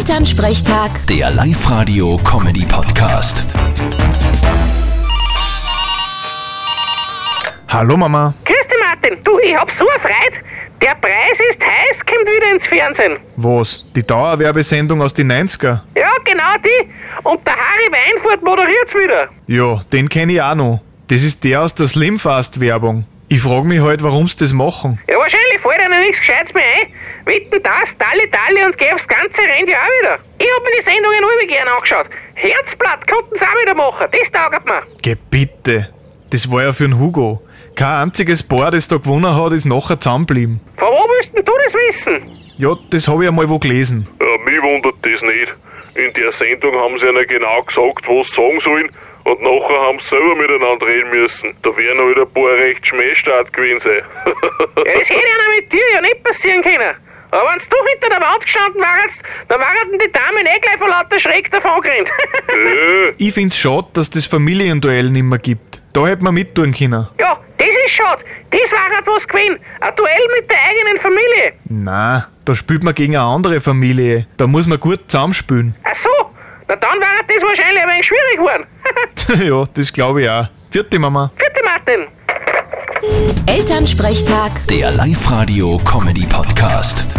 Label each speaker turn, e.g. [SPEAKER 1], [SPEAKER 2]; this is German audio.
[SPEAKER 1] Elternsprechtag,
[SPEAKER 2] Der Live-Radio-Comedy-Podcast.
[SPEAKER 3] Hallo Mama.
[SPEAKER 4] Grüß dich, Martin. Du, ich hab so eine Freude. Der Preis ist heiß, kommt wieder ins Fernsehen.
[SPEAKER 3] Was? Die Dauerwerbesendung aus den 90er?
[SPEAKER 4] Ja, genau die. Und der Harry Weinfurt moderiert's wieder.
[SPEAKER 3] Ja, den kenne ich auch noch. Das ist der aus der Slimfast-Werbung. Ich frage mich halt, warum sie das machen.
[SPEAKER 4] Ja, wahrscheinlich fällt einem nichts Gescheites mehr ein. Wetten das, Dalli Dalli und gäbe das ganze Rennen auch wieder. Ich hab mir die Sendungen immer gern angeschaut. Herzblatt konnten's auch wieder machen. Das taugt mir.
[SPEAKER 3] Geh bitte. Das war ja für den Hugo. Kein einziges Paar, das da gewonnen hat, ist nachher zusammengeblieben.
[SPEAKER 4] Von wo willst denn du das wissen?
[SPEAKER 3] Ja, das habe ich einmal wo gelesen.
[SPEAKER 5] Ja, Äh, mich wundert das nicht. In der Sendung haben sie ihnen genau gesagt, was sie sagen sollen, und nachher haben sie selber miteinander reden müssen. Da wären halt ein paar recht Schmähstart gewesen sein.
[SPEAKER 4] Ja, das hätte einer mit dir ja nicht passieren können. Aber wenn's du hinter der Wand gestanden warst, dann waren die Damen eh gleich vor lauter Schreck davon gerannt.
[SPEAKER 5] äh,
[SPEAKER 3] Ich find's schade, dass das Familienduell nimmer gibt. Da hätte man mittun können.
[SPEAKER 4] Ja, das ist schade. Das war halt was gewesen. Ein Duell mit der eigenen Familie.
[SPEAKER 3] Na, da spielt man gegen eine andere Familie. Da muss man gut zusammenspülen.
[SPEAKER 4] Ach so, na dann war das wahrscheinlich ein wenig schwierig geworden.
[SPEAKER 3] ja, das glaube ich auch. Vierte Mama.
[SPEAKER 4] Bitte, Martin.
[SPEAKER 1] Elternsprechtag.
[SPEAKER 2] Der Live-Radio-Comedy-Podcast.